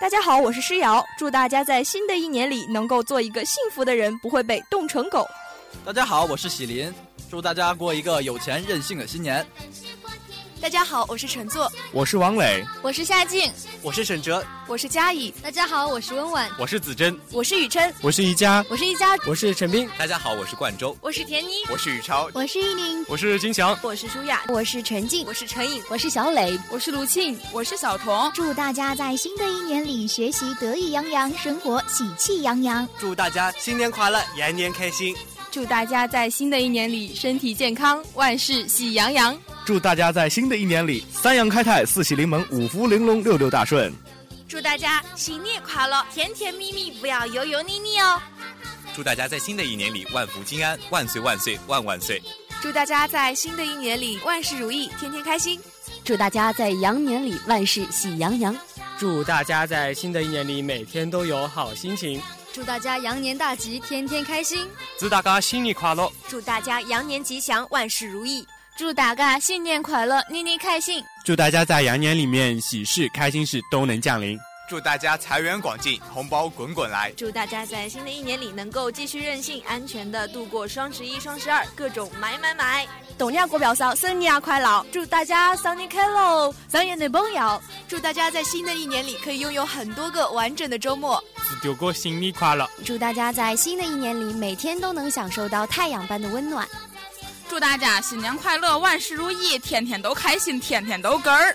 大家好，我是诗瑶，祝大家在新的一年里能够做一个幸福的人，不会被冻成狗。大家好，我是喜林，祝大家过一个有钱任性的新年。大家好，我是陈作，我是王磊，我是夏静，我是沈哲，我是佳怡。大家好，我是温婉，我是子珍，我是雨琛，我是宜佳，我是宜佳，我是陈斌。大家好，我是冠周，我是田妮，我是宇超，我是依林，我是金翔，我是舒雅，我是陈静，我是陈颖，我是小磊，我是卢庆，我是小彤。祝大家在新的一年里学习得意洋洋，生活喜气洋洋。祝大家新年快乐，年年开心。祝大家在新的一年里身体健康，万事喜洋洋。祝大家在新的一年里三阳开泰，四喜临门，五福玲珑，六六大顺。祝大家新年快乐，甜甜蜜蜜，不要油油腻腻哦。祝大家在新的一年里万福金安，万岁万岁万万岁。祝大家在新的一年里万事如意，天天开心。祝大家在羊年里万事喜洋洋。祝大家在新的一年里每天都有好心情。祝大家羊年大吉，天天开心！祝大家新年快乐！祝大家羊年吉祥，万事如意！祝大家新年快乐，年年开心！祝大家在羊年里面喜事、开心事都能降临！祝大家财源广进，红包滚滚来！祝大家在新的一年里能够继续任性，安全的度过双十一、双十二，各种买买买！董亚国表嫂生日啊快乐！祝大家新年快乐，新年的朋友！祝大家在新的一年里可以拥有很多个完整的周末！有过新年快乐！祝大家在新的一年里每天都能享受到太阳般的温暖。祝大家新年快乐，万事如意，天天都开心，天天都哏儿。